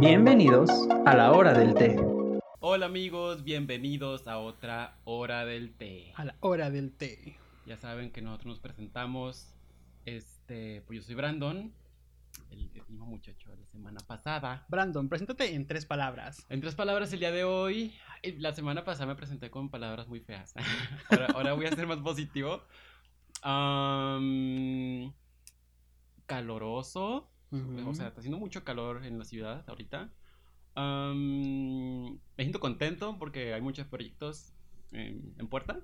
Bienvenidos a la hora del té. Hola amigos, bienvenidos a otra hora del té. A la hora del té. Ya saben que nosotros nos presentamos. Este, pues yo soy Brandon, el, el mismo muchacho de la semana pasada. Brandon, preséntate en tres palabras. En tres palabras, el día de hoy, eh, la semana pasada me presenté con palabras muy feas. ahora, ahora voy a ser más positivo. Am, caloroso, o sea, está haciendo mucho calor en la ciudad ahorita. Am, me siento contento porque hay muchos proyectos en, en puerta.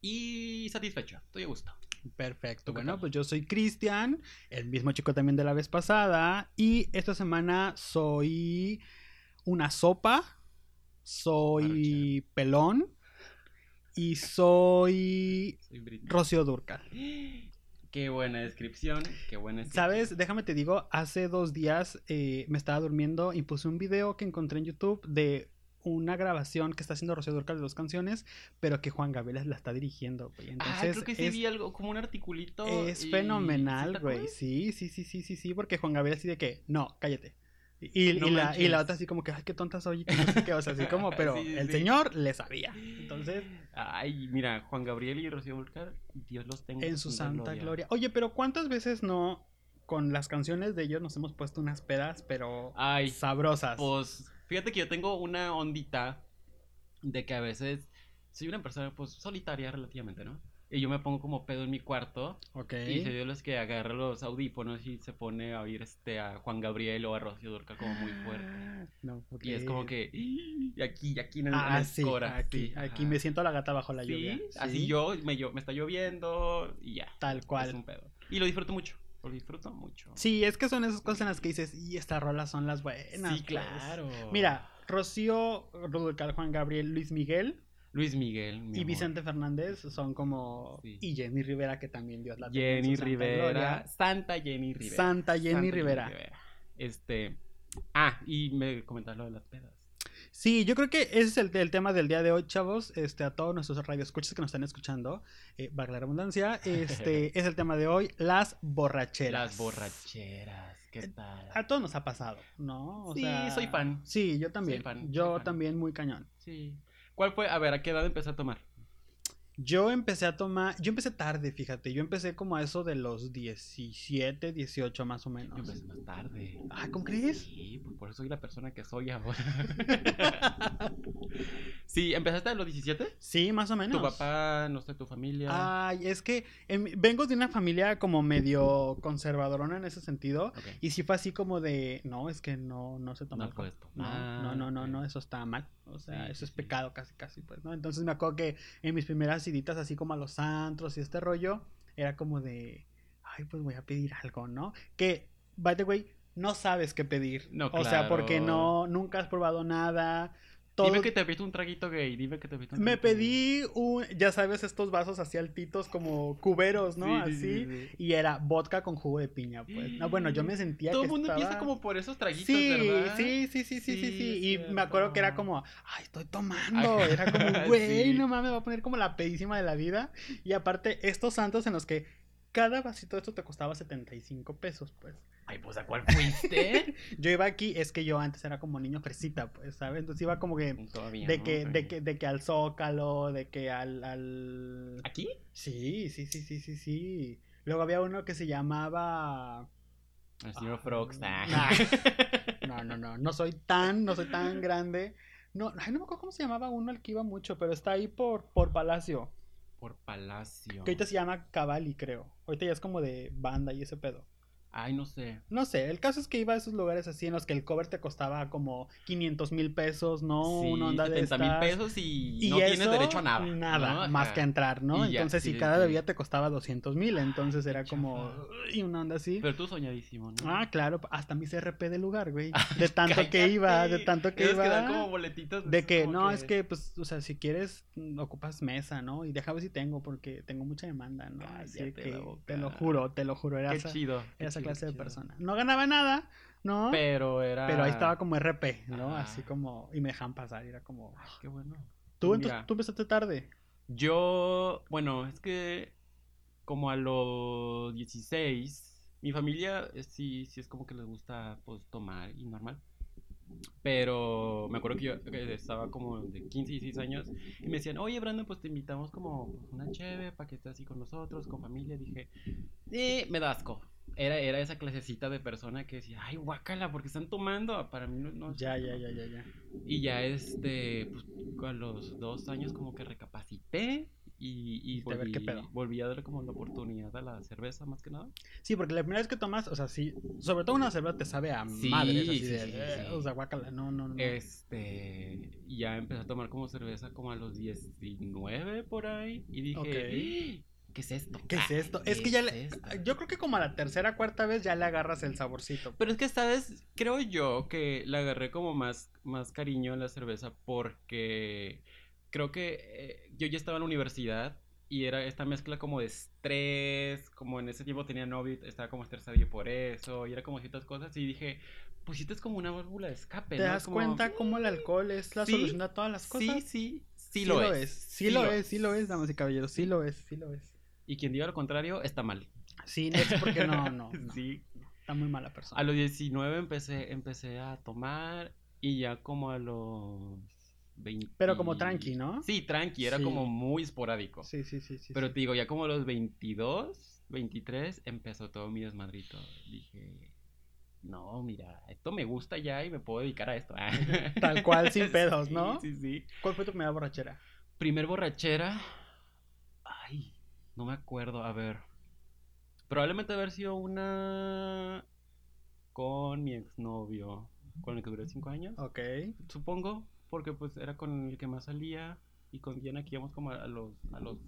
Y satisfecho, estoy a gusto. ¿Tú Perfecto. qué Bueno, tal? pues yo soy Cristian, el mismo chico también de la vez pasada. Y esta semana soy una sopa, soy pelón y soy Soy Britney. Rocío Durcal. Qué buena descripción, qué buena descripción. ¿Sabes? Déjame te digo, hace dos días eh, me estaba durmiendo y puse un video que encontré en YouTube de una grabación que está haciendo Rocío Durcal de dos canciones, pero que Juan Gabriel la está dirigiendo, güey. Ah, Entonces, creo que sí es, vi algo, como un articulito. es y- ¿Sí fenomenal, está güey. cool? Sí, sí, sí, sí, sí, sí, porque Juan Gabriel así de que, no, cállate. Y, y No la, y la manches. otra así como que, ay, qué tonta soy, que no sé qué, o sea, así como, pero Sí, sí, el sí. señor le sabía. Entonces, Ay, mira, Juan Gabriel y Rocío Volcar, Dios los tenga En su santa gloria. Oye, pero ¿cuántas veces no con las canciones de ellos nos hemos puesto unas pedas, pero Ay, sabrosas? Pues fíjate que yo tengo una ondita de que a veces soy una persona pues solitaria relativamente, ¿no? Y yo me pongo como pedo en mi cuarto ok. y soy de los que agarra los audífonos y se pone a oír este a Juan Gabriel o a Rocío Durcal como muy fuerte. No, Ah, ok. Y es como que y aquí y aquí en el, en Ah, el sí, cora, aquí, sí, aquí ajá. me siento la gata bajo la Sí, lluvia. así Sí, yo me, llo- me está lloviendo y ya. Tal cual. Es un pedo. Y lo disfruto mucho. Lo disfruto mucho. Sí, es que son esas cosas en las que dices, y estas rolas son las Sí, buenas. pues". claro. Mira, Rocío, Ruducal, Juan Gabriel, Luis Miguel Luis Miguel. mi y amor. Vicente Fernández son como. Sí. Y Jenny Rivera, que también Dios la tenga en Jenny su santa Rivera. gloria. Santa Jenny Rivera. Santa Jenny Santa Rivera. Este. Ah, y me comentas lo de las pedas. Sí, yo creo que ese es el, el tema del día de hoy, chavos. Este, a todos nuestros radioescuchas que nos están escuchando, eh, valga la redundancia, este es el tema de hoy, las borracheras. Las borracheras. ¿Qué Eh, tal? A todos nos ha pasado, ¿no? O sí, sea, soy fan. Sí, yo también. Soy fan, yo soy fan. también muy cañón. Sí. ¿Cuál fue? A ver, ¿a qué edad empecé a tomar? Yo empecé a tomar, yo empecé tarde, fíjate, yo empecé como a eso de los 17, 18 más o Yo menos. empecé más tarde. Ah, ¿cómo crees? Sí, pues por eso soy la persona que soy ahora. sí, ¿empezaste a los 17? Sí, más o menos. Ah, Tu papá, no sé, tu familia. Ay, es que em, vengo de una familia como medio conservadorona en ese sentido. Ok. Y sí fue así como de, no, es que no, no se toma No alcohol. puedes No, tomar, no, no, no, ok. no, eso está mal. O sea, Sí, eso sí, es sí. pecado casi, casi, pues, ¿no? Entonces me acuerdo que en mis primeras ciditas, así como a los antros y este rollo, era como de, ay, pues voy a pedir algo, ¿no? Que, by the way, no sabes qué pedir. No, o sea, porque claro. no, nunca has probado nada. Todo... Dime que te pediste un traguito gay. Dime que te pediste un Me traguito gay. pedí un, ya sabes, estos vasos así altitos como cuberos, ¿no? Sí, así. sí, sí, sí. Y era vodka con jugo de piña, pues. No, bueno, yo me sentía Todo que el mundo estaba- empieza como por esos traguitos, sí, ¿verdad? sí, sí, sí, sí, sí, Sí, sí. es Y me acuerdo que era cierto. como, ay, estoy tomando. Ajá, Era como, güey, sí. no mames, me va a poner como la pedísima de la vida. Y aparte, estos santos en los que cada vasito de esto te costaba 75 pesos, pues. Ay, pues ¿a cuál fuiste? Yo iba aquí, es que yo antes era como niño fresita, pues, ¿sabes? Entonces iba como que, Todavía. de ¿no? que, Sí. de que, de que al zócalo, de que al, al... ¿Aquí? Sí, sí, sí, sí, sí, sí. Luego había uno que se llamaba... El señor Frogs. Ah, ah. No, no, no, no soy tan, no soy tan grande. No, ay, no me acuerdo cómo se llamaba uno al que iba mucho, pero está ahí por, por Palacio, Por Palacio. que ahorita se llama Cavalli, creo. Ahorita ya es como de banda y ese pedo. Ay, no sé. No sé, el caso es que iba a esos lugares así en los que el cover te costaba como 500 mil pesos, ¿no? sí, Una onda de 70 mil estas. pesos y, no tienes eso, derecho a nada. Nada, ¿no? más Ajá. que a entrar, ¿no? Y ya, entonces, sí, si de cada que- bebida te costaba 200 mil, entonces era qué como. chafa. Y una onda así. Pero tú soñadísimo, ¿no? Ah, claro, hasta mis RP del lugar, güey. De tanto que Cállate. iba, de tanto que Esos iba. que dan como boletitos. De que, no, es que, pues, o sea, si quieres, mm, ocupas mesa, ¿no? Y déjame si tengo, porque tengo mucha demanda, ¿no? Así Cállate la que, boca. te lo juro, te lo juro, era Qué esa, chido. qué era esa chido, clase qué de chido. persona. No ganaba nada, ¿no? Pero, Pero era. ahí estaba como RP, ¿no? Ajá. Así como, y me dejaban pasar, y era como... Ay, qué bueno. Tú, Mira. entonces, tú empezaste tarde. Yo, bueno, es que como a los 16, mi familia eh, sí, sí es como que les gusta pues tomar y normal. Pero me acuerdo que yo que estaba como de 15, 16 años y me decían, oye Brandon, pues te invitamos como pues, una cheve para que estés así con nosotros, con familia. Dije, sí, me da asco. Era, era esa clasecita de persona que decía, ay, guácala, porque están tomando. Para mí no, no es- Ya, ya, ya, ya, ya. Y ya este, pues a los dos años como que recapacité y, y Viste a ver qué pedo. volví a darle como la oportunidad a la cerveza más que nada. Sí, porque la primera vez que tomas, o sea, sí, sobre todo una cerveza te sabe a Sí, madres, así sí, de, sí, sí, eh, sí. o sea, guácala, no, no, no. Este, y ya empecé a tomar como cerveza como a los 19 por ahí y dije, Ok. "Ah, ¿qué es esto? ¿Qué es Ah, esto? ¿qué Es que ya, le- ah, esto?". yo creo que como a la tercera, cuarta vez ya le agarras el saborcito. Pero es que esta vez creo yo que le agarré como más, más cariño a la cerveza porque creo que eh, yo ya estaba en la universidad y era esta mezcla como de estrés, como en ese tiempo tenía novio, y estaba como estresadillo por eso y era como ciertas cosas y dije, pues esto es como una válvula de escape. ¿Te ¿no? das Como- cuenta cómo el alcohol es la Sí, solución a todas las Sí, cosas? sí, sí, lo, es. Sí, lo, es, sí lo es, damas y caballeros, sí lo es, sí lo es. Y quien diga lo contrario está mal. Sí, no es porque no, no, no, Sí. está muy mala A persona. los 19 empecé, empecé a tomar y ya como a los 20. Pero como tranqui, ¿no? Sí, tranqui, era Sí. como muy esporádico. Sí, sí, sí, sí. Pero sí. te digo, ya como a los 22, 23 empezó todo mi desmadrito. Dije, no, mira, esto me gusta ya y me puedo dedicar a esto. Tal cual, sin pedos, Sí, ¿no? Sí, sí. ¿Cuál fue tu primera borrachera? Primer borrachera. Ay, no me acuerdo. A ver. Probablemente haber sido una con mi exnovio. Con el que duré cinco años. Ok. Supongo. Porque pues era con el que más salía. Y con Diana que íbamos como a los, a los,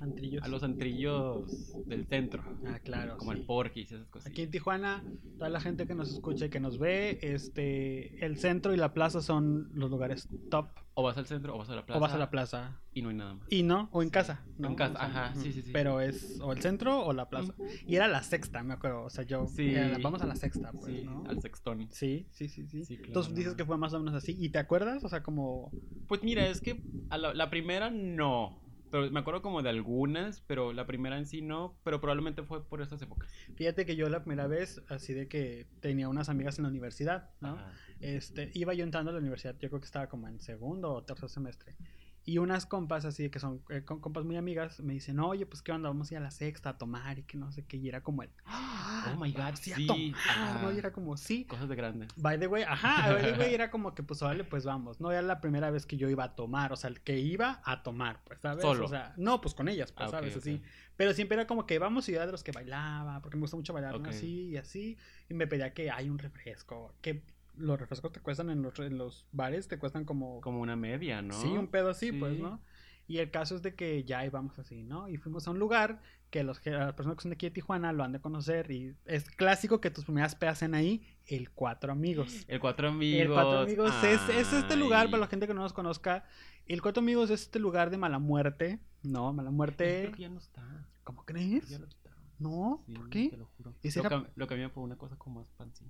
Antrillos. a los antrillos del centro. Ah, claro, Como sí. el Porky's, esas cosas. Aquí en Tijuana, toda la gente que nos escucha y que nos ve, este, el centro y la plaza son los lugares top. O vas al centro o vas a la plaza. O vas a la plaza. Y no hay nada más. Y no, o en Sí. casa. ¿no? En casa, O sea, ajá, sí, sí, sí. Pero es o el centro o la plaza. Y era la sexta, me acuerdo. O sea, yo. Sí. era la- vamos a la sexta, pues, Sí, ¿no? al sextón. Sí, sí, sí, sí. Sí, claro. Entonces dices que fue más o menos así. ¿Y te acuerdas? O sea, como. Pues mira, es que a la, la primera no. Pero me acuerdo como de algunas, pero la primera en sí no. Pero probablemente fue por esas épocas. Fíjate que yo la primera vez, así de que tenía unas amigas en la universidad, ¿no? Ajá. este, iba yo entrando a la universidad, yo creo que estaba como en segundo o tercer semestre. Y unas compas así, que son eh, com- compas muy amigas, me dicen, oye, pues qué onda, vamos a ir a la sexta a tomar y que no sé qué. Y era como el, Oh my god, sí, sí. a tomar, ajá. Ah, ¿no? Y era como, sí. Cosas de grandes. By the way, ajá, by the way, era como que, pues, vale, pues vamos. No era la primera vez que yo iba a tomar, o sea, el que iba a tomar, pues, ¿sabes? Solo. O sea, no, pues con ellas, pues, Ah, ok, ¿sabes? ok. Así. Pero siempre era como que vamos y yo era de los que bailaba, porque me gusta mucho bailar, ¿no? Ok. Así y así. Y me pedía que hay un refresco, que los refrescos te cuestan en los, en los bares, te cuestan como... Como una media, ¿no? Sí, un pedo así, Sí. pues, ¿no? Y el caso es de que ya íbamos así, ¿no? Y fuimos a un lugar que los que- las personas que son de aquí de Tijuana lo han de conocer y es clásico que tus primeras pedas sean ahí, el Cuatro Amigos. El cuatro amigos. El Cuatro Amigos es, es este lugar, ay. para la gente que no nos conozca, el Cuatro Amigos es este lugar de mala muerte, ¿no? Mala muerte... Creo que ya no está. ¿Cómo crees? Ya lo quitaron. No, Sí, ¿por qué? Te lo juro. Ese Lo, era- cam- lo cambiaron por una cosa como más fancy.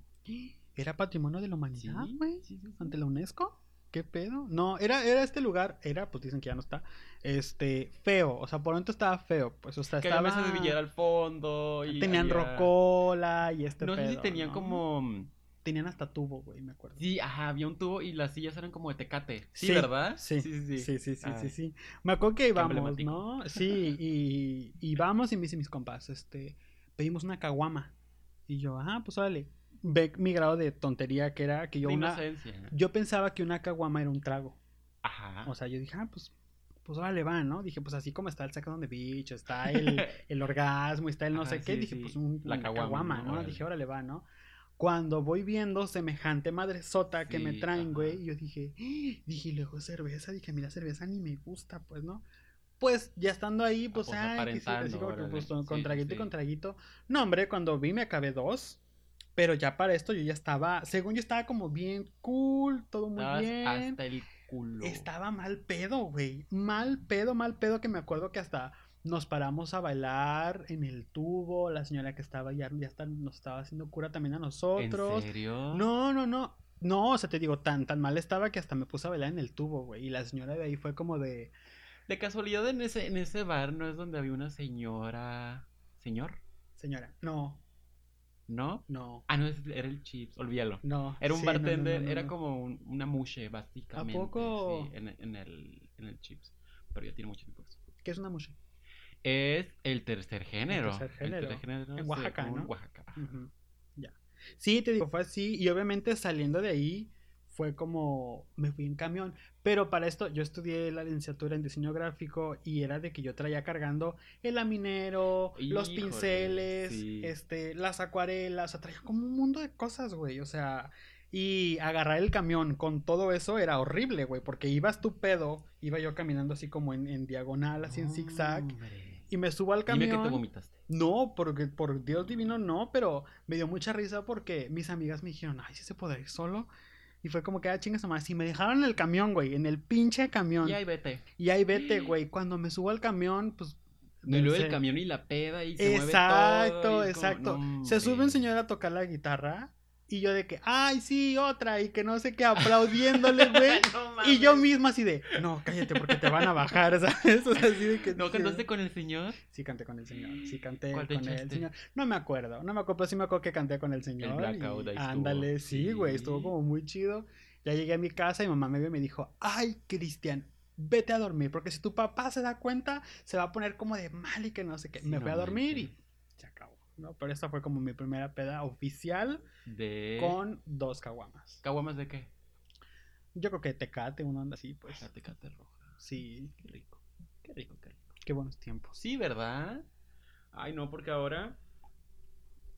¿Era patrimonio de la Sí, humanidad, güey? sí, sí, sí. ¿Ante la UNESCO? ¿Qué pedo? No, era, era este lugar, era, pues dicen que ya no está, este, feo, o sea, por dentro estaba feo, pues, o sea, Que había estaba... mesas de billar al fondo. Y Tenían había- rocola y este No sé si pedo, tenían ¿no? como. mm, Tenían hasta tubo, güey, me acuerdo. Sí, ajá, había un tubo y las sillas eran como de tecate. Sí, Sí, ¿verdad? sí, sí, sí. Sí, sí, sí, sí, Ay. sí. Me acuerdo que íbamos, emblemático. ¿no? Sí, y, y vamos y me dicen mis compas, este, pedimos una caguama. Y yo, ah, pues órale. Ve mi grado de tontería que era que yo De una... inocencia. Yo pensaba que una caguama era un trago. Ajá. O sea, yo dije, ah, pues, pues vale, va, ¿no? Dije, pues así como está el Sex on the Beach, está el, el orgasmo, está el no Ajá, sé qué, sí, dije, sí. pues un, La una caguama, caguama, ¿no? ¿no? Órale. Dije, órale, va, ¿no? Cuando voy viendo semejante madre sota que me Sí, traen, ajá. güey, yo dije, "Ah", dije, y luego cerveza, dije, mira, cerveza ni me gusta, pues, ¿no? Pues ya estando ahí, pues, pues, ay, que sí, así aparentando, como que órale. pues, con Sí, sí, traguito y sí. con traguito. No, hombre, cuando vi me acabé dos, pero ya para esto yo ya estaba, según yo estaba como bien cool, todo muy Estabas bien. hasta el culo. Estaba mal pedo, güey. Mal pedo, mal pedo que me acuerdo que hasta nos paramos a bailar en el tubo. La señora que estaba ya, ya está- nos estaba haciendo cura también a ¿En nosotros. serio? No, no, no. No, o sea, te digo, tan, tan mal estaba que hasta me puse a bailar en el tubo, güey. Y la señora de ahí fue como de... De casualidad en ese, en ese bar no es donde había una señora. ¿Señor? Señora, no. ¿No? No, Ah, no, ese era el chips, olvídalo. no. Era un sí, no, no, no, bartender, no, era no. como un- una mushe, básicamente. poco? Sí, en, en el, en el chips. Pero ya tiene mucho tiempo eso. ¿Qué es una mushe? Es el tercer género. tercer género. género En Oaxaca, según ¿no? Oaxaca. ajá. Ujú, Ya. Sí, te digo, fue así. Y obviamente saliendo de ahí fue como me fui en camión. Pero para esto yo estudié la licenciatura en diseño gráfico y era de que yo traía cargando el laminero, los Híjole, pinceles, sí. este, las acuarelas, o sea, traía como un mundo de cosas, güey. O sea, y agarrar el camión con todo eso era horrible, güey, porque ibas tu pedo, iba yo caminando así como en, en diagonal, así en zigzag, Hombre. y me subo al Ah. Dime camión. que te vomitaste. No, porque por Dios divino no, pero me dio mucha risa porque mis amigas me dijeron, ay, sí se podrá ir solo. Y fue como que, ah, chingas nomás. Y me dejaron en el camión, güey, en el pinche camión. Y ahí vete. Y ahí vete, güey. Cuando me subo al camión, pues. No, y luego pensé, el camión y la peda y se mueve Exacto, todo. y es como, exacto. no, Se sube un hombre. señor a tocar la guitarra. Y yo de que, ay, sí, otra. Y que no sé qué, aplaudiéndole, güey. No y yo mames. misma así de, no, cállate porque te van a bajar, ¿sabes? O sea, así de que. ¿No cantaste con el señor? Sí canté con el señor, sí canté ¿Cuál con te echaste? el señor. No me acuerdo, no me acuerdo, pero sí me acuerdo que canté con el señor. Blackout y ahí ándale, estuvo, sí, güey, estuvo sí. como muy chido. Ya llegué a mi casa y mamá me vio y me dijo, ay, Cristian, vete a dormir, porque si tu papá se da cuenta, se va a poner como de mal y que no sé qué. me Sí, voy a no dormir y manches. se acabó, ¿no? Pero esta fue como mi primera peda oficial De... con dos caguamas. ¿Caguamas de qué? Yo creo que tecate, una onda así, pues. La tecate roja. Sí, Qué rico. Qué rico, qué rico. qué buenos tiempos. Sí, ¿verdad? Ay, no, porque ahora...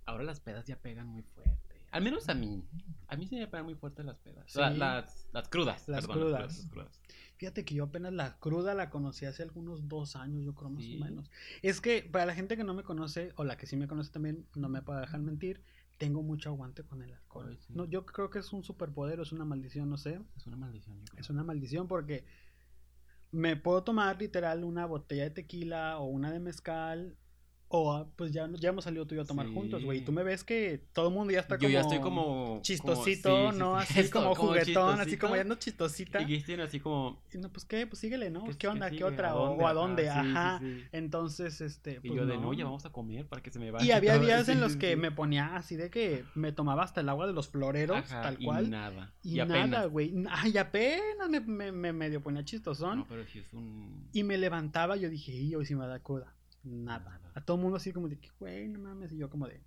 Ahora las pedas ya pegan muy fuerte. Al menos a mí. A mí se me pegan muy fuerte las pedas. Sí. La- las, las crudas. Las perdón, crudas. Las crudas. Fíjate que yo apenas la cruda la conocí hace algunos dos años, yo creo más Sí. o menos. Es que para la gente que no me conoce, o la que sí me conoce también, no me puede dejar mentir, tengo mucho aguante con el alcohol. Ay, sí. no, yo creo que es un superpoder, o es una maldición, no sé. Es una maldición, yo creo. Es una maldición porque me puedo tomar literal una botella de tequila o una de mezcal. O ah, pues ya, ya hemos salido tú y yo a tomar Sí. juntos, güey. Y Tú me ves que todo el mundo ya está Yo ya estoy como... chistosito, como- sí, sí, ¿no? sí, así esto, como juguetón, así como ya chistosito. no chistosita. Y Cristian así como... Y No, pues qué, pues síguele, ¿no? ¿Qué, sí, onda? ¿Qué sigue? otra? ¿A O- dónde? ¿O a dónde? sí, sí, Ajá. sí. Entonces, este. Y pues, yo de no, ya vamos a comer para que se me vaya. Y había todo". días en Sí, los sí, que sí. me ponía así de que me tomaba hasta el agua de los floreros, Ajá, tal Y cual. nada. Y, nada, güey. Ay, apenas me, me, me medio ponía chistosón. No, pero si es un. Y me levantaba, yo dije, y hoy sí me da cruda. Nada. Nada. A todo mundo así como de que, güey, no mames. Y yo como de,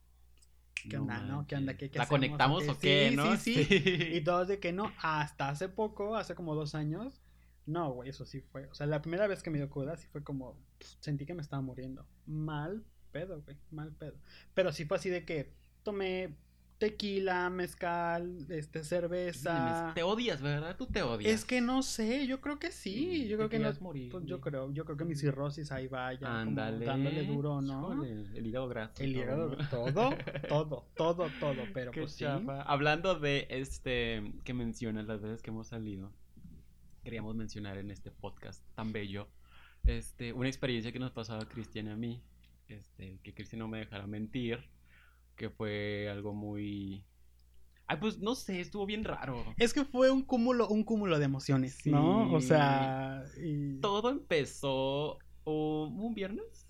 ¿qué onda, no? ¿Qué onda? manches. ¿Qué- qué ¿La hacemos? conectamos Ok, o qué? sí, ¿no? sí, Y todos de que no, hasta hace poco, hace como dos años. No, güey, eso sí fue. O sea, la primera vez que me dio cruda sí fue como. pff, Sentí que me estaba muriendo. Mal pedo, güey, mal pedo. Pero sí fue así de que tomé tequila, mezcal, este, cerveza. Te odias, ¿verdad? Tú te odias. Es que no sé, yo creo que Mm, sí. Yo creo que no. Morir. Pues yo creo, yo creo que mi cirrosis ahí va ya como Mm. Ándale. dándole duro, ¿no? Híjole, el hígado graso. y El todo, hígado, ¿no? todo, todo, todo, todo, pero Qué pues sí. chafa. Hablando de este que mencionas las veces que hemos salido, queríamos mencionar en este podcast tan bello este, una experiencia que nos pasó a Cristian y a mí, este, que Cristian no me dejara mentir, que fue algo muy... Ay, pues no sé, estuvo bien raro. Es que fue un cúmulo, un cúmulo de emociones, ¿no? O Sí. sea, y- Todo empezó oh, un viernes.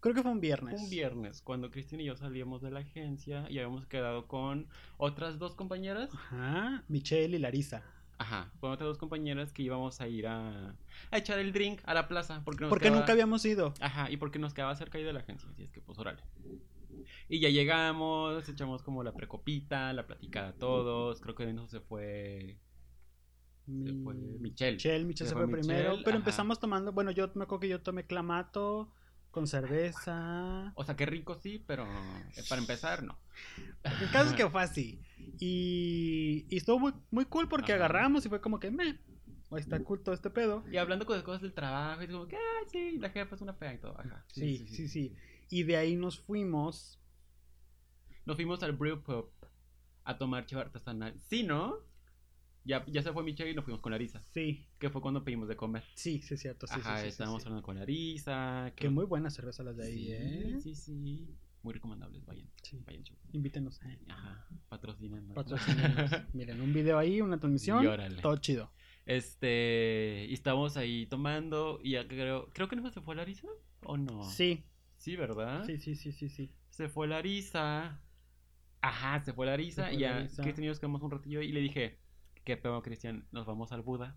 creo que fue un viernes. Un viernes, cuando Cristian y yo salíamos de la agencia y habíamos quedado con otras dos compañeras Ajá, Michelle y Larisa. Ajá, con otras dos compañeras que íbamos a ir a, a echar el drink a la plaza. Porque, nos Porque quedaba- nunca habíamos ido. Ajá, y porque nos quedaba cerca ahí de la agencia, así es que pues órale. Y ya llegamos, echamos como la precopita, la platicada a todos. Creo que de eso se fue, se fue Mi- Michelle. Michelle, Se Michelle se fue fue primero, Michelle, pero ajá. empezamos tomando, bueno, yo me acuerdo que yo tomé clamato con cerveza. O sea, qué rico sí, pero eh, para empezar, no. El caso es que fue así. Y, y estuvo muy, muy cool porque Ajá. agarramos y fue como que, meh, ahí está cool todo este pedo. Y hablando con las cosas del trabajo, y como que, ah, sí, la jefa es una fea y todo. Ajá. Sí, sí, sí. Y de ahí nos fuimos. Nos fuimos al Brew Pub a tomar chiva artesanal. Sí, ¿no? Ya, ya se fue Michelle y nos fuimos con Larisa. Sí, que fue cuando pedimos de comer. sí, sí, es cierto. Sí, sí, Ajá, sí, sí, estábamos sí. hablando con Larisa. Que muy buenas cervezas las de ahí, sí, ¿eh? sí, sí. Muy recomendables, vayan, Sí. vayan chavos. Invítenos. Ajá, patrocinan. Patrocínenos. Miren, un video ahí, una transmisión. Y órale. Todo chido. Este, y estábamos ahí tomando y ya creo, creo que no se fue Larisa o no. Sí, Sí, ¿verdad? sí, sí, sí, sí, sí. Se fue Larisa. Ajá, se fue Se Larisa. fue Y ya, Larisa. Cristian y yo nos quedamos un ratillo y le dije, ¿qué pedo, Cristian? Nos vamos al Buda.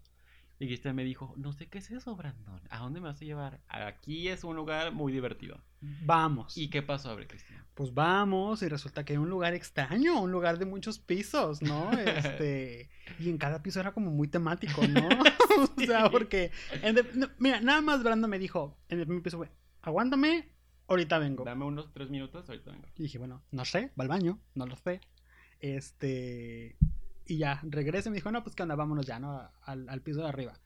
Y Cristian me dijo, no sé qué es eso, Brandon. ¿A dónde me vas a llevar? Aquí es un lugar muy divertido. Vamos. ¿Y qué pasó, a ver, Cristian? pues vamos, y resulta que era un lugar extraño, un lugar de muchos pisos, ¿no? Este, y en cada piso era como muy temático, ¿no? o sea, porque, en de- no, mira, nada más Brandon me dijo, en el primer piso fue, aguántame, ahorita vengo. Dame unos tres minutos, ahorita vengo. Y dije, bueno, no sé, va al baño, no lo sé. Este, y ya, regresé, me dijo, no, pues que onda, vámonos ya, ¿no? A- Al, al piso de arriba.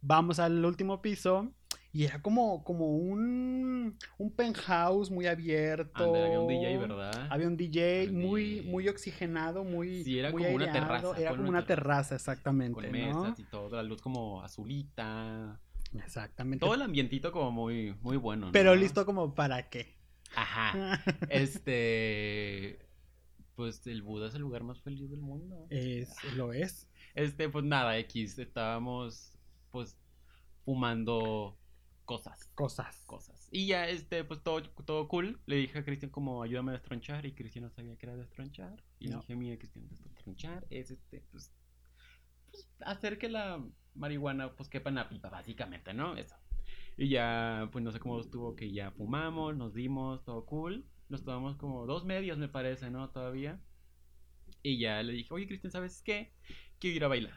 Vamos al último piso y era como, como un, un penthouse muy abierto. Ander, había un DJ, ¿verdad? Había un DJ Había un muy, DJ. muy oxigenado, muy. Sí, era muy como una aireado, terraza, Era con como una una terraza, exactamente. Con ¿no? mesas y todo, la luz como azulita. Exactamente. Todo el ambientito como muy, muy bueno. ¿no? Pero listo como para qué. Ajá. Este. Pues el Buda es el lugar más feliz del mundo. Es- lo es. Este, pues nada, X. Estábamos, pues, fumando cosas. Cosas. Cosas. Y ya, este, pues todo, todo cool. Le dije a Cristian como, ayúdame a destronchar. Y Cristian no sabía que era destronchar. Y le No. dije, mira, Cristian, destronchar es este, pues, pues, hacer que la marihuana, pues, quepa en la pipa, básicamente, ¿no? Eso. Y ya, pues no sé cómo estuvo que ya fumamos, nos dimos, todo cool. Nos tomamos como dos medios, me parece, ¿no? Todavía. Y ya le dije, oye, Cristian, ¿sabes qué? Quiero ir a bailar.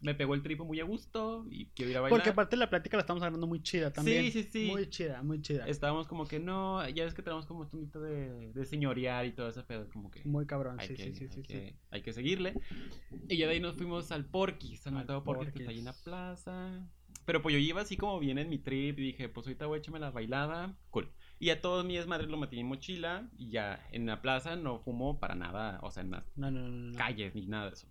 Me pegó el tripo muy a gusto y quiero ir a bailar. Porque aparte la plática la estamos hablando muy chida también. Sí, sí, sí. Muy chida, muy chida. Estábamos como que no, ya ves que tenemos como este mito de, de señorear y todo ese pedo, como que Muy cabrón, hay, sí, que, sí, sí, hay, sí, sí. que hay que seguirle. Y ya de ahí nos fuimos al Porquis, al Al mercado Porquis, que está ahí en la Porquis. plaza. Pero pues yo iba así como bien en mi trip y dije, pues ahorita voy a echarme la bailada, cool. Y a todos mis madres lo metí en mi mochila y ya en la plaza no fumo para nada, o sea, en las No, no, no, no, no. calles ni nada de eso.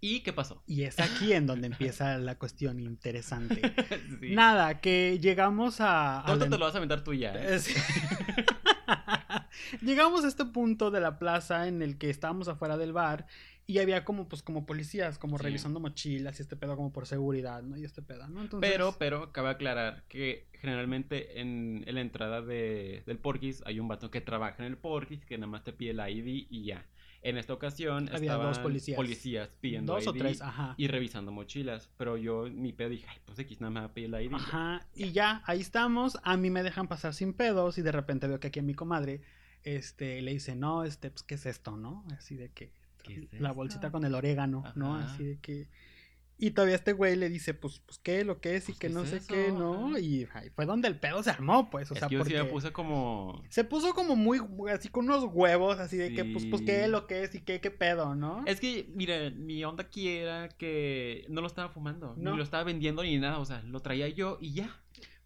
¿Y qué pasó? Y es aquí en donde empieza la cuestión interesante. Sí. Nada, que llegamos a. a Todo la- te lo vas a aventar tú ya. ¿eh? Sí. Llegamos a este punto de la plaza en el que estábamos afuera del bar y había como pues como policías como Sí. revisando mochilas y este pedo como por seguridad, ¿no? Y este pedo, ¿no? Entonces, Pero, pues, pero, cabe aclarar que generalmente en, en la entrada de, del Porquis hay un vato que trabaja en el Porquis que nada más te pide la ID y ya. En esta ocasión Había estaban dos policías. policías pidiendo dos o ID tres, ah. ajá. y revisando mochilas. Pero yo, en mi pedo, dije, ay, pues X nada más va a pedir la ID. Ajá, y ya, ahí estamos. A mí me dejan pasar sin pedos y de repente veo que aquí a mi comadre este, le dice, no, este, pues, ¿qué es esto, no? Así de que ¿Qué es la esto? bolsita con el orégano, ¿no? Ajá. Así de que... Y todavía este güey le dice, pues, pues, ¿qué? ¿Lo que es? Y Pues, que ¿qué no es sé eso? qué, ¿no? Ajá. Y ahí fue donde el pedo se armó, pues, o Es sea, que yo sí me porque puse como... Se puso como muy, así con unos huevos, así de que, pues, pues, ¿qué? Sí. ¿Lo que es? ¿Y qué? ¿Qué pedo, no? Es que, mira, mi onda aquí era que no lo estaba fumando, No. ni lo estaba vendiendo ni nada. O sea, lo traía yo y ya.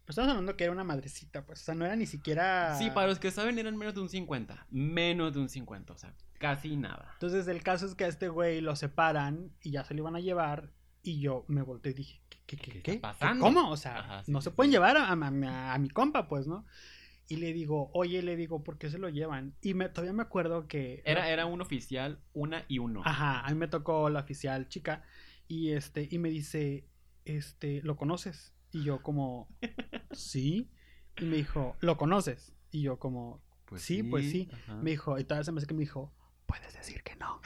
Pues estamos hablando que era una madrecita, pues, o sea, no era ni siquiera... Sí, para los que saben, eran menos de un 50. Menos de un 50, o sea, casi nada. Entonces el caso es que a este güey lo separan y ya se lo iban a llevar y yo me volteé y dije, ¿qué? ¿Qué? ¿Qué ¿Qué? está qué? pasando? ¿Cómo? O sea, Ajá, sí, no sí, se sí. pueden llevar a, a- a- a mi compa, pues, ¿no? Y le digo, oye, le digo, ¿por qué se lo llevan? Y me, todavía me acuerdo que... Era, era un oficial, una y uno. Ajá, a mí me tocó la oficial chica y este y me dice, este, ¿lo conoces? Y yo como, sí. Y me dijo, ¿lo conoces? Y yo como, sí, pues sí. ajá. Me dijo, y todavía se me hace que me dijo, puedes decir que no.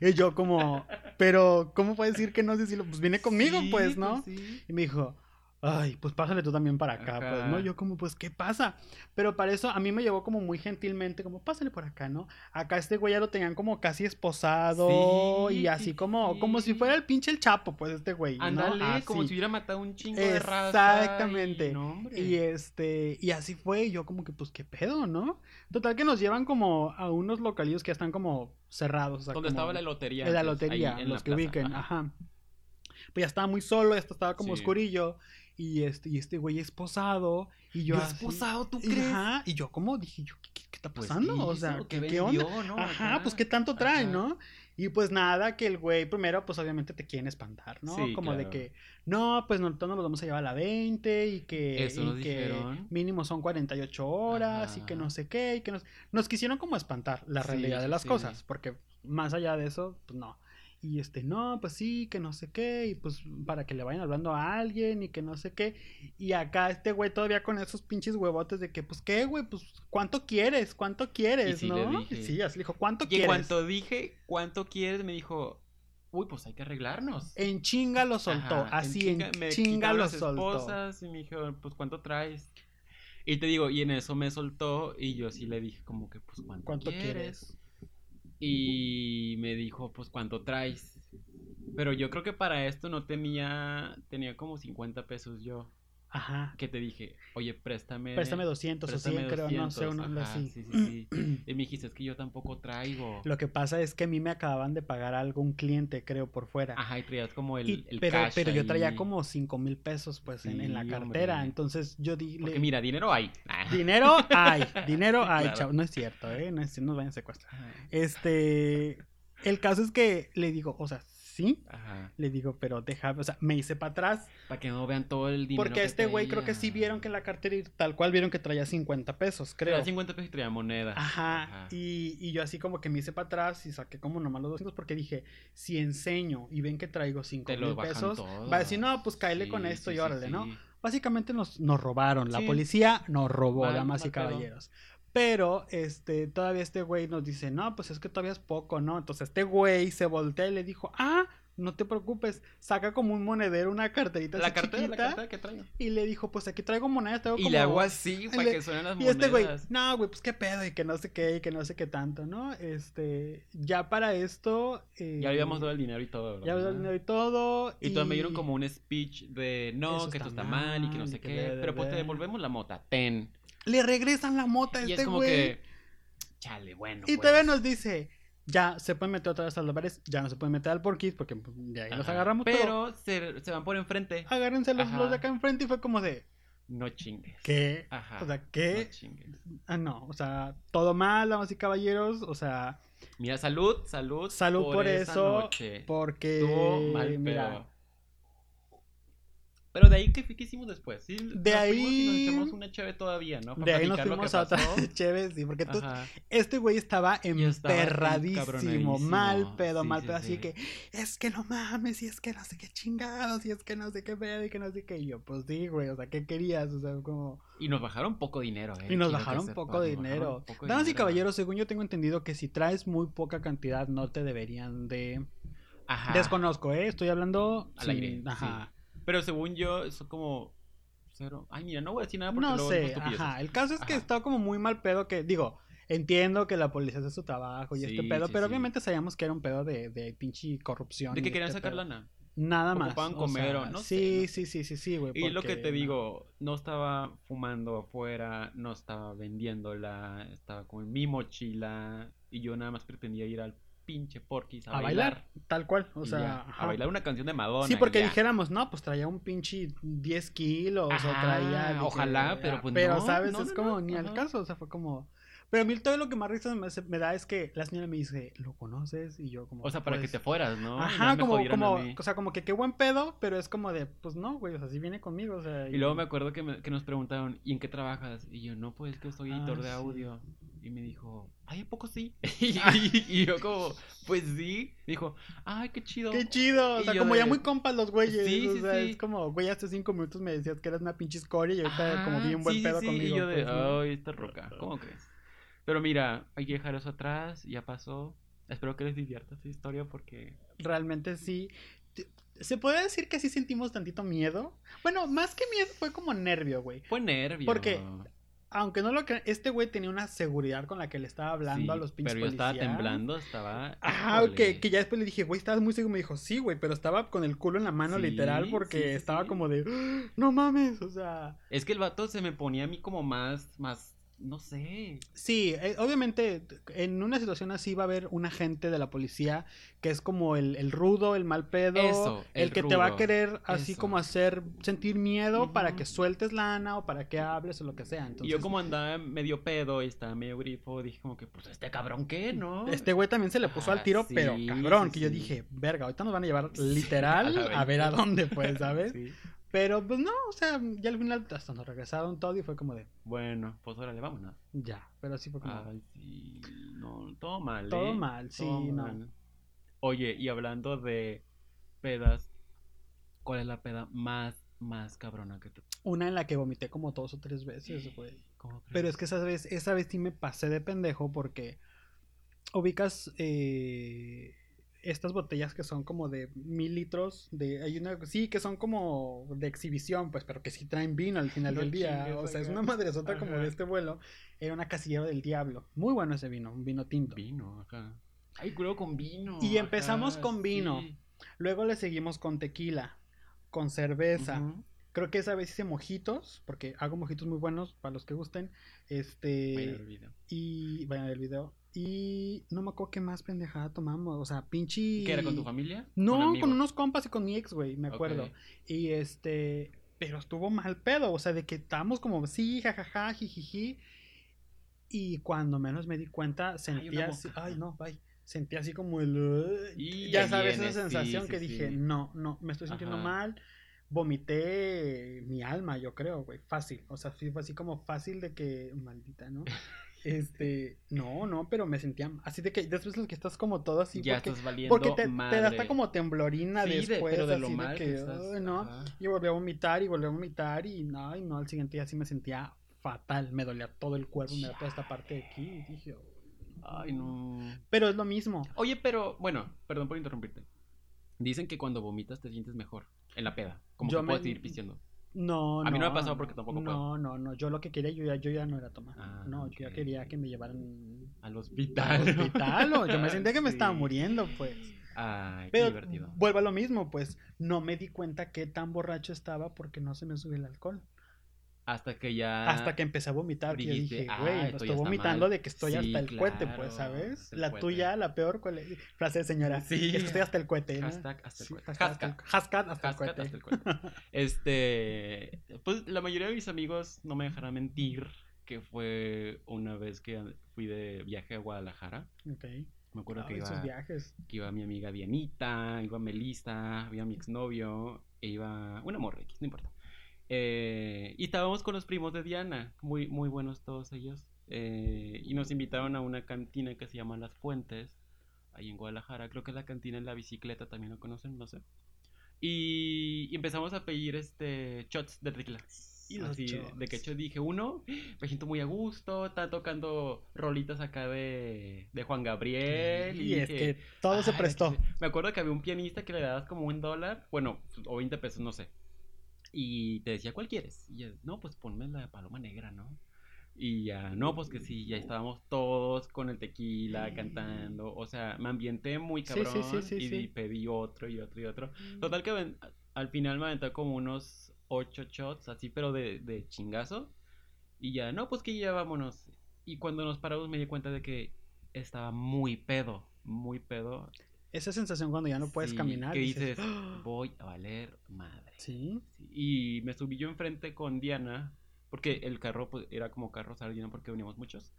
y yo como, pero ¿cómo puedes decir que no? Si, si lo- pues viene conmigo, Sí, pues, ¿no? sí. Y me dijo, ay, pues pásale tú también para acá, pues, ¿no? Ajá. Yo como, pues, ¿qué pasa? Pero para eso a mí me llevó como muy gentilmente, como, pásale por acá, ¿no? Acá este güey ya lo tenían como casi esposado Sí, y así sí, como, como si sí. fuera el pinche el chapo, pues, este güey, ¿no? Ándale, como Así. si hubiera matado un chingo de raza. Exactamente. Y, no, hombre. Y este, y así fue, y yo como que, pues, qué pedo, ¿no? Total que nos llevan como a unos localillos que están como cerrados. O sea, Donde como estaba la lotería. en la antes, lotería, ahí en los la que Ah, plaza, ubiquen, ajá. ajá. Pues ya estaba muy solo, esto estaba como Sí. oscurillo, y este, y este güey esposado, y yo Yo así- esposado, ¿tú y crees? Ajá, y yo como dije, yo, ¿qué, qué- qué está Pues, pasando? ¿qué o sea, hizo? ¿qué, ¿Qué qué onda? vendió, no? Ajá, Acá. pues qué tanto trae, Ajá. ¿no? Y pues nada, que el güey primero, pues obviamente te quieren espantar, ¿no? Sí, Como de claro. que, no, pues nosotros nos los vamos a llevar a la 20 y que, Eso y nos que dijeron. mínimo son 48 horas y que Ajá. no sé qué, y que nos, nos quisieron como espantar la Sí, realidad de sí, las sí. cosas, porque más allá de eso, pues no. Y este, no, pues sí, que no sé qué, y pues para que le vayan hablando a alguien y que no sé qué. Y acá este güey todavía con esos pinches huevotes de que, pues qué, güey, pues cuánto quieres, cuánto quieres, sí le ¿no? dije. Y sí, así le dijo, Y ¿cuánto en quieres? cuanto dije cuánto quieres, me dijo, uy, pues hay que arreglarnos. En chinga lo soltó, Ajá, así en me chinga, quitó lo las soltó. esposas y me dijo, pues cuánto traes. Y te digo, y en eso me soltó y yo sí le dije como que, pues cuánto, ¿Cuánto quieres? Y me dijo, pues cuánto traes. Pero yo creo que para esto no tenía, tenía como 50 pesos yo. Ajá. Que te dije, oye, préstame. Préstame 200 o 100, creo, no sé, 200, uno ajá, así. Sí, sí, sí. y me dijiste, es que yo tampoco traigo. Lo que pasa es que a mí me acababan de pagar algún cliente, creo, por fuera. Ajá, y traías como Ah, el, Y- el pero, cash pero yo traía ahí. como 5 mil pesos, pues, en, en la Sí, cartera. hombre. Entonces yo di, le- Porque mira, dinero hay. Ah. dinero hay, dinero hay, Claro. chavo. No es cierto, ¿eh? No es cierto, nos vayan a secuestrar. Este, el caso es que le digo, o sea, sí, Ajá. le digo, pero deja, o sea, me hice para atrás. Para que no vean todo el dinero. Porque a este güey creo que sí vieron que en la cartera, y tal cual vieron que traía 50 pesos, creo. Traía 50 pesos y traía moneda. Ajá, Y, y yo así como que me hice para atrás y saqué como nomás los 200 porque dije, si enseño y ven que traigo 5 Te lo mil bajan pesos, todo. va a decir, no, pues caele con Sí, esto sí, sí, y órale, ¿no? sí. Básicamente nos, nos robaron, la Sí. policía nos robó, Mal- damas y mal pedo. caballeros. Pero, este, todavía este güey nos dice, no, pues es que todavía es poco, ¿no? Entonces este güey se voltea y le dijo, ah, no te preocupes, saca como un monedero, una carterita La así cartera, la chiquita, cartera que traigo. y le dijo, pues aquí traigo monedas, traigo Y como... le hago así para le- que suenen las Y este güey, monedas. no, güey, pues qué pedo, y que no sé qué, y que no sé qué tanto, ¿no? Este, ya para esto. eh, Ya habíamos dado el dinero y todo, ¿verdad? Ya habíamos dado el dinero y todo. Y todos me dieron como un speech de no, Eso que está esto está mal y que no mal, sé y que qué. bla, bla, pero pues te bla. devolvemos la mota, ten. Le regresan la mota a y es este como güey. que. Chale, bueno. Y pues. todavía nos dice, ya se pueden meter otra vez a los bares, ya no se pueden meter al porquis, porque pues, de ahí los Ajá. agarramos, pero. Pero se, se van por enfrente. Agárrense los, Ajá. los de acá enfrente y fue como de, No chingues. ¿qué? Ajá. O sea, No ¿qué? chingues. Ah, no, o sea, todo mal, damas y caballeros, o sea, Mira, salud, salud. Salud por esa eso, noche. porque. Estuvo mal, pero. mira, Pero de ahí, ¿qué, qué hicimos después? Sí, nos fuimos y ahí- nos echamos una chave todavía, ¿no? Para de ahí nos platicar lo que fuimos a otra pasó. chévere, sí, porque tú, Ajá. Este güey estaba Y estaba emperradísimo, encabronadísimo. mal pedo, Sí, mal sí, pedo, así sí. que es que no mames, y es que no sé qué chingados, y es que no sé qué pedo, y que no sé qué. Y yo, pues sí, güey, o sea, ¿qué querías? O sea, como. Y nos bajaron poco dinero, ¿eh? Y Quiero nos que bajaron sepas, poco nos dinero. bajaron poco Damas y dinero. caballeros, según yo tengo entendido que si traes muy poca cantidad, no te deberían de. Ajá. Desconozco, ¿eh? Estoy hablando. Ah. Al aire, sí. Ajá. Pero según yo, son como. Cero. Ay, mira, no voy a decir nada Ah, porque No luego sé, digo estupideces. ajá. El caso es que Ajá. está como muy mal pedo que, digo, entiendo que la policía hace su trabajo y este Sí, pedo, sí, pero sí. obviamente sabíamos que era un pedo de, de pinche corrupción. De y que querían este sacar pedo. lana. Nada más. Ocupaban o comer sea, o no sé, sí, sí, sí, sí, sí, güey. Y lo que porque te no. digo, no estaba fumando afuera, no estaba vendiéndola, estaba con mi mochila y yo nada más pretendía ir al pinche Porquis a, A bailar, tal cual. O y sea, ya, ajá. a bailar una canción de Madonna. Sí, porque y ya. dijéramos, no, pues traía un pinche 10 kilos o Ajá, traía. dije, ojalá, ah, pero pues Pero, no, ¿sabes? no, es no, como no, ni al ajá. caso, o sea, fue como. Pero a mí todo lo que más risa me, hace- me da es que la señora me dice, ¿lo conoces? Y yo, como. O sea, para pues, que te fueras, ¿no? Y nada Ajá, me como, jodieron a como, mí. o sea, como que qué buen pedo, pero es como de, pues no, güey, o sea, si viene conmigo, o sea. Y luego me acuerdo que, me- que nos preguntaron, ¿y en qué trabajas? Y yo, no, pues que soy Ah, editor de sí. audio. Y me dijo, ¿ay, a poco sí? y, y yo como, pues sí. Dijo, ay, qué chido. Qué chido, o Y sea, yo como de- ya muy compas los güeyes, Sí, o sí, sea, sí. es como, güey, hace cinco minutos me decías que eras una pinche escoria y ahorita Ajá, como vi un buen Ah, sí, sí, pedo sí, conmigo. Y yo de, pues, ¿no? ay, esta roca, ¿cómo crees? Pero mira, hay que dejar eso atrás, ya pasó. Espero que les divierta esta historia porque... Realmente sí. Te- ¿Se puede decir que sí sentimos tantito miedo? Bueno, más que miedo fue como nervio, güey. Fue nervio. Porque Aunque no lo crean, este güey tenía una seguridad con la que le estaba hablando a los pinches Pero yo estaba policías. temblando, estaba... Ajá, que, híjole. que ya después le dije, güey, estabas muy seguro. Me dijo, sí, güey, pero estaba con el culo en la mano, Sí, literal, sí, porque sí, estaba sí. como de, "Ah, no mames, o sea. Es que el vato se me ponía a mí como más, más, no sé. Sí, eh, obviamente en una situación así va a haber un agente de la policía que es como el, el rudo, el mal pedo, Eso, el, el que te va a rudo, querer así eso. como hacer sentir miedo para Ujú. que sueltes lana o para que hables o lo que sea. Entonces, eh, y yo como andaba medio pedo y estaba medio grifo, dije como que, pues este cabrón qué, ¿no? Este güey también se le puso Ajá, al tiro, "Ah". sí, pero sí, cabrón, que yo sí. dije, verga, ahorita nos van a llevar Sí, literal a la a ver a verga. dónde, pues, ¿sabes? Sí. Pero pues no, o sea, ya al final hasta nos regresaron todo y fue como de, Bueno, pues órale, vámonos. ya, pero sí fue como... Ay, sí, no, todo mal, Todo ¿eh? mal, sí, Todo no. mal. Oye, y hablando de pedas, ¿cuál es la peda más, más cabrona que tú? Una en la que vomité como dos o tres veces, güey. ¿Cómo Pero crees? es que esa vez, esa vez sí me pasé de pendejo porque ubicas eh, estas botellas que son como de mil litros de, hay una, sí, que son como de exhibición, pues, pero que sí traen vino al final No del día. chingues, o sea, es oiga. una madresota como Ajá. de este vuelo. Era una casillera del diablo. Muy bueno ese vino, un vino tinto. Vino acá. Ay, culo con vino. Y empezamos ajá, con vino. sí. Luego le seguimos con tequila, con cerveza. Ujú. Creo que esa vez hice mojitos, porque hago mojitos muy buenos para los que gusten. Vayan Este. a ver el video. Y vayan a ver el video. Y no me acuerdo qué más pendejada tomamos. O sea, pinche. ¿Qué era con tu familia? No, con, amigos? unos compas y con mi ex, güey, me acuerdo. Ok. Y este. Pero estuvo mal pedo. O sea, de que estábamos como sí, jajaja, jijiji. Y cuando menos me di cuenta, sentía así. mosca. Ay, no, bye. Sentí así como el. Y ya ahí sabes, viene, esa sí, sensación sí, que sí. dije, no, no, me estoy sintiendo Ajá. mal. Vomité mi alma, yo creo, güey. Fácil. O sea, sí fue así como fácil de que. Maldita, ¿no? Este. No, no, pero me sentía. Así de que después el que estás como todo así. ya porque estás valiendo porque te, te da hasta madre. como temblorina Sí, de- después, pero de así lo de mal que, que estás, "Ay, no". ajá. Y volví a vomitar y volví a vomitar y no, y no, al siguiente día sí me sentía fatal, me dolía todo el cuerpo, me dolía toda esta parte de aquí, y dije, Ay, no. Pero es lo mismo. Oye, pero bueno, perdón por interrumpirte. Dicen que cuando vomitas te sientes mejor en la peda. Como Yo que me- puedes seguir pisteando. No, A mí no me ha no, pasado porque tampoco No, no, no, yo lo que quería, yo ya, yo ya no era tomar. Ah, no, yo ok. ya quería que me llevaran Al al hospital. hospital o yo me sentía que me estaba Sí. muriendo, pues. Ay, qué Pero divertido. vuelvo a lo mismo, pues no me di cuenta qué tan borracho estaba porque no se me subió el alcohol. Hasta que ya. hasta que empecé a vomitar. que yo Ah, dijiste, dije, "Ah, güey, no esto estoy ya está vomitando mal". de que estoy Sí, hasta el cohete, claro, pues, ¿sabes? hasta el La cohete. tuya, la peor, ¿cuál es? frase de señora. Sí. Es que estoy hasta el cohete. ¿no? Hashtag hasta el Sí, cohete. hashtag hasta el- Hashtag. hashtag hasta el Hashtag cohete. hasta el cohete. Este. Pues la mayoría de mis amigos no me dejarán mentir que fue una vez que fui de viaje a Guadalajara. Ok. Me acuerdo que Ay, Ah, esos iba. viajes. que iba mi amiga Dianita, iba Melissa, iba mi exnovio, e iba una morra X, no importa. Eh, y estábamos con los primos de Diana, muy, muy buenos todos ellos. eh, y nos invitaron a una cantina que se llama Las Fuentes, ahí en Guadalajara. Creo que es la cantina en la bicicleta, también lo conocen, no sé. Y, y empezamos a pedir este shots de tequila. Y los Así, Ah, shots. de que yo dije, uno, me siento muy a gusto, está tocando rolitas acá de, de Juan Gabriel. Y es dije, que todo se "Ay, prestó. aquí se-". Me acuerdo que había un pianista que le dabas como un dólar, bueno, o 20 pesos, no sé. Y te decía, ¿cuál quieres? Y yo, no, pues ponme la de Paloma Negra, ¿no? Y ya, no, pues que sí, ya estábamos todos con el tequila cantando. O sea, me ambienté muy Sí, sí, cabrón. sí, sí, y, sí. y pedí otro y otro y otro. Total que ven- al final me aventó como unos ocho shots, así, pero de, de chingazo. Y ya, no, pues que ya vámonos. Y cuando nos paramos me di cuenta de que estaba muy pedo, muy pedo. Esa sensación cuando ya no puedes Sí, caminar. Que dices, "Ah". voy a valer madre. Sí. Sí, Y me subí yo enfrente con Diana, porque el carro pues, era como carro sardina porque veníamos muchos.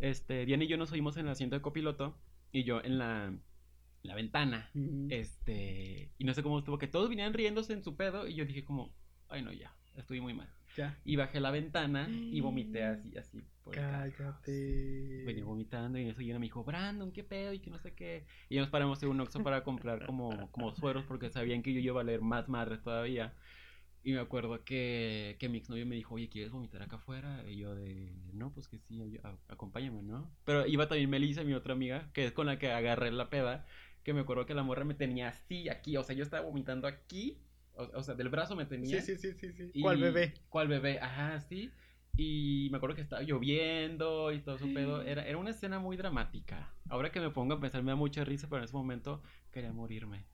Este, Diana y yo nos subimos en el asiento de copiloto y yo en la, la ventana. Mm. Este, y no sé cómo estuvo, que todos vinieron riéndose en su pedo y yo dije como, ay no, ya, estoy muy mal. Ya. Y bajé la ventana y vomité así, así. Por el carro. Cállate. Venía vomitando y eso y me dijo, Brandon, qué pedo y que no sé qué. Y ya nos paramos en un Oxxo para comprar como, como sueros porque sabían que yo iba a valer más madres todavía. Y me acuerdo que, que mi exnovio me dijo, oye, ¿quieres vomitar acá afuera? Y yo de, no, pues que sí, yo- a- acompáñame, ¿no? Pero iba también Melissa, mi otra amiga, que es con la que agarré la peda, que me acuerdo que la morra me tenía así, aquí, o sea, yo estaba vomitando aquí, o, o sea, del brazo me tenía. Sí, sí, sí, sí. sí. Y- ¿Cuál bebé? ¿Cuál bebé? Ajá, sí. Y me acuerdo que estaba lloviendo y todo su pedo. Mm. Era, era una escena muy dramática. Ahora que me pongo a pensar, me da mucha risa, pero en ese momento quería morirme.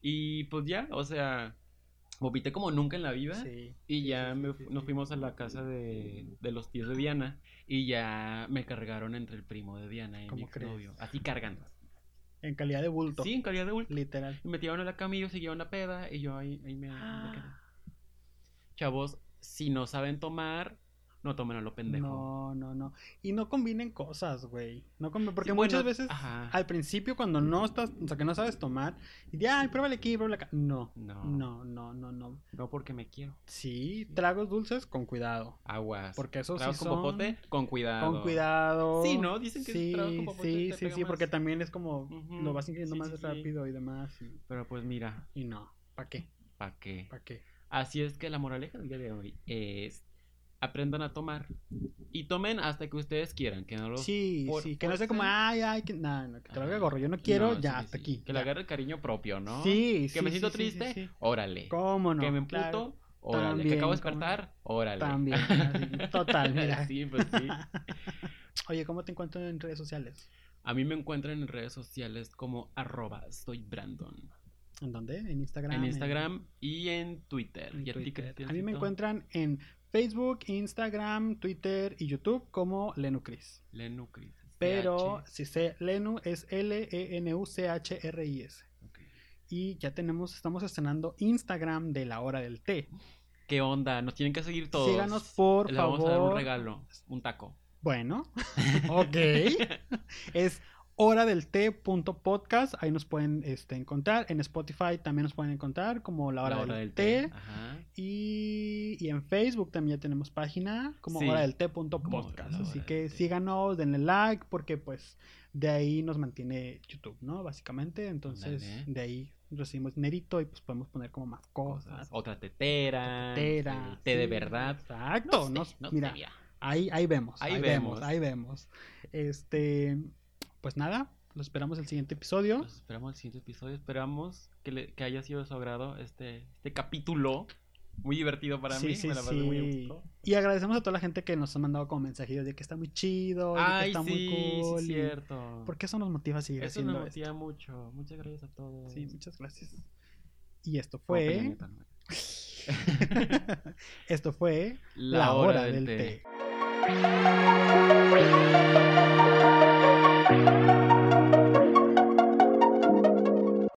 Y pues ya, o sea, vomité como nunca en la vida. Sí. Y ya sí, me sí, fu- sí, nos sí. fuimos a la casa de, de los tíos de Diana. Y ya me cargaron entre el primo de Diana y mi ¿Cómo crees? exnovio. Así cargando. En calidad de bulto. Sí, en calidad de ultra. Literal. Y me tiraron a la cama y yo seguía una peda y yo ahí, ahí me, me quedé. Chavos, si no saben tomar, No tomen a lo pendejo. No, no, no. Y no combinen cosas, güey. No combi- Porque Sí, bueno, muchas veces ajá. al principio cuando no estás, o sea, que no sabes tomar, y de, ay, pruébale aquí, pruébale acá. No, No, no. no, no, no, no. porque me quiero. Sí, tragos dulces con cuidado. Aguas. Porque eso sí Tragos son... con popote, con cuidado. Con cuidado. Sí, ¿no? Dicen que sí, tragos con popote sí, te sí, pega sí, más. porque también es como Ujú, lo vas ingiriendo sí, más sí, sí. rápido y demás. Y, Pero pues mira, y no, ¿para qué? ¿para qué? ¿Para qué? Así es que la moraleja del día de hoy es aprendan a tomar y tomen hasta que ustedes quieran, que no lo Sí, por- sí, que no por sea como, ser- ay, ay, que, no, no, que te lo haga Ajá. gorro, yo no quiero, No, ya, sí, hasta sí. aquí. Que le ya. agarre cariño propio, ¿no? Sí, sí, Que me sí, siento sí, sí, triste, sí. órale. ¿Cómo no? que me emputo, Claro, órale. que También, acabo de ¿cómo no? despertar, órale. También, así, total, mira. sí, pues sí. Oye, ¿cómo te encuentro en redes sociales? A mí me encuentran en redes sociales como arroba soy Brandon. ¿En dónde? En Instagram. En Instagram y en Twitter. en ¿Y a ti, Twitter. Cristiancito? A mí me encuentran en Facebook, Instagram, Twitter y YouTube como Lenucris. Lenu Cris, Pero CH. si sé, Lenu es E L-E-N-U-C-H-R-I-S. Ok. Y ya tenemos, estamos estrenando Instagram de la hora del té. ¿Qué onda? Nos tienen que seguir todos. Síganos, por Les favor. vamos a dar un regalo, un taco. Bueno, ok. es hora del té.podcast. Ahí nos pueden este, encontrar. En Spotify también nos pueden encontrar como la hora, La del, té. Ajá. Y, y en Facebook también ya tenemos página como Sí. hora del té Como La podcast. Hora Así del que Té. síganos, denle like, porque pues de ahí nos mantiene YouTube, ¿no? Básicamente. Entonces Ándale. de ahí recibimos dinerito y pues podemos poner como más cosas. Cosas. Otra tetera. tetera, el té de sí, verdad. Exacto. sé, nos- no mira, sabía. ahí, ahí vemos. Ahí, Ahí vemos. vemos. ahí vemos. Este, pues nada, lo esperamos el siguiente episodio. Los esperamos el siguiente episodio. Esperamos que, le- que haya sido de su agrado este, este capítulo. Muy divertido para Sí, mí. sí, me la pasé muy a sí. gusto. Y agradecemos a toda la gente que nos ha mandado como mensajitos de que está muy chido, de que Ay, está sí, muy cool. sí, y- cierto. Porque eso nos motiva a seguir Eso haciendo nos esto. motiva mucho. Muchas gracias a todos. Sí, muchas gracias. Y esto Como Peña fue. Nieto, ¿no? esto fue La, hora, del, té. té.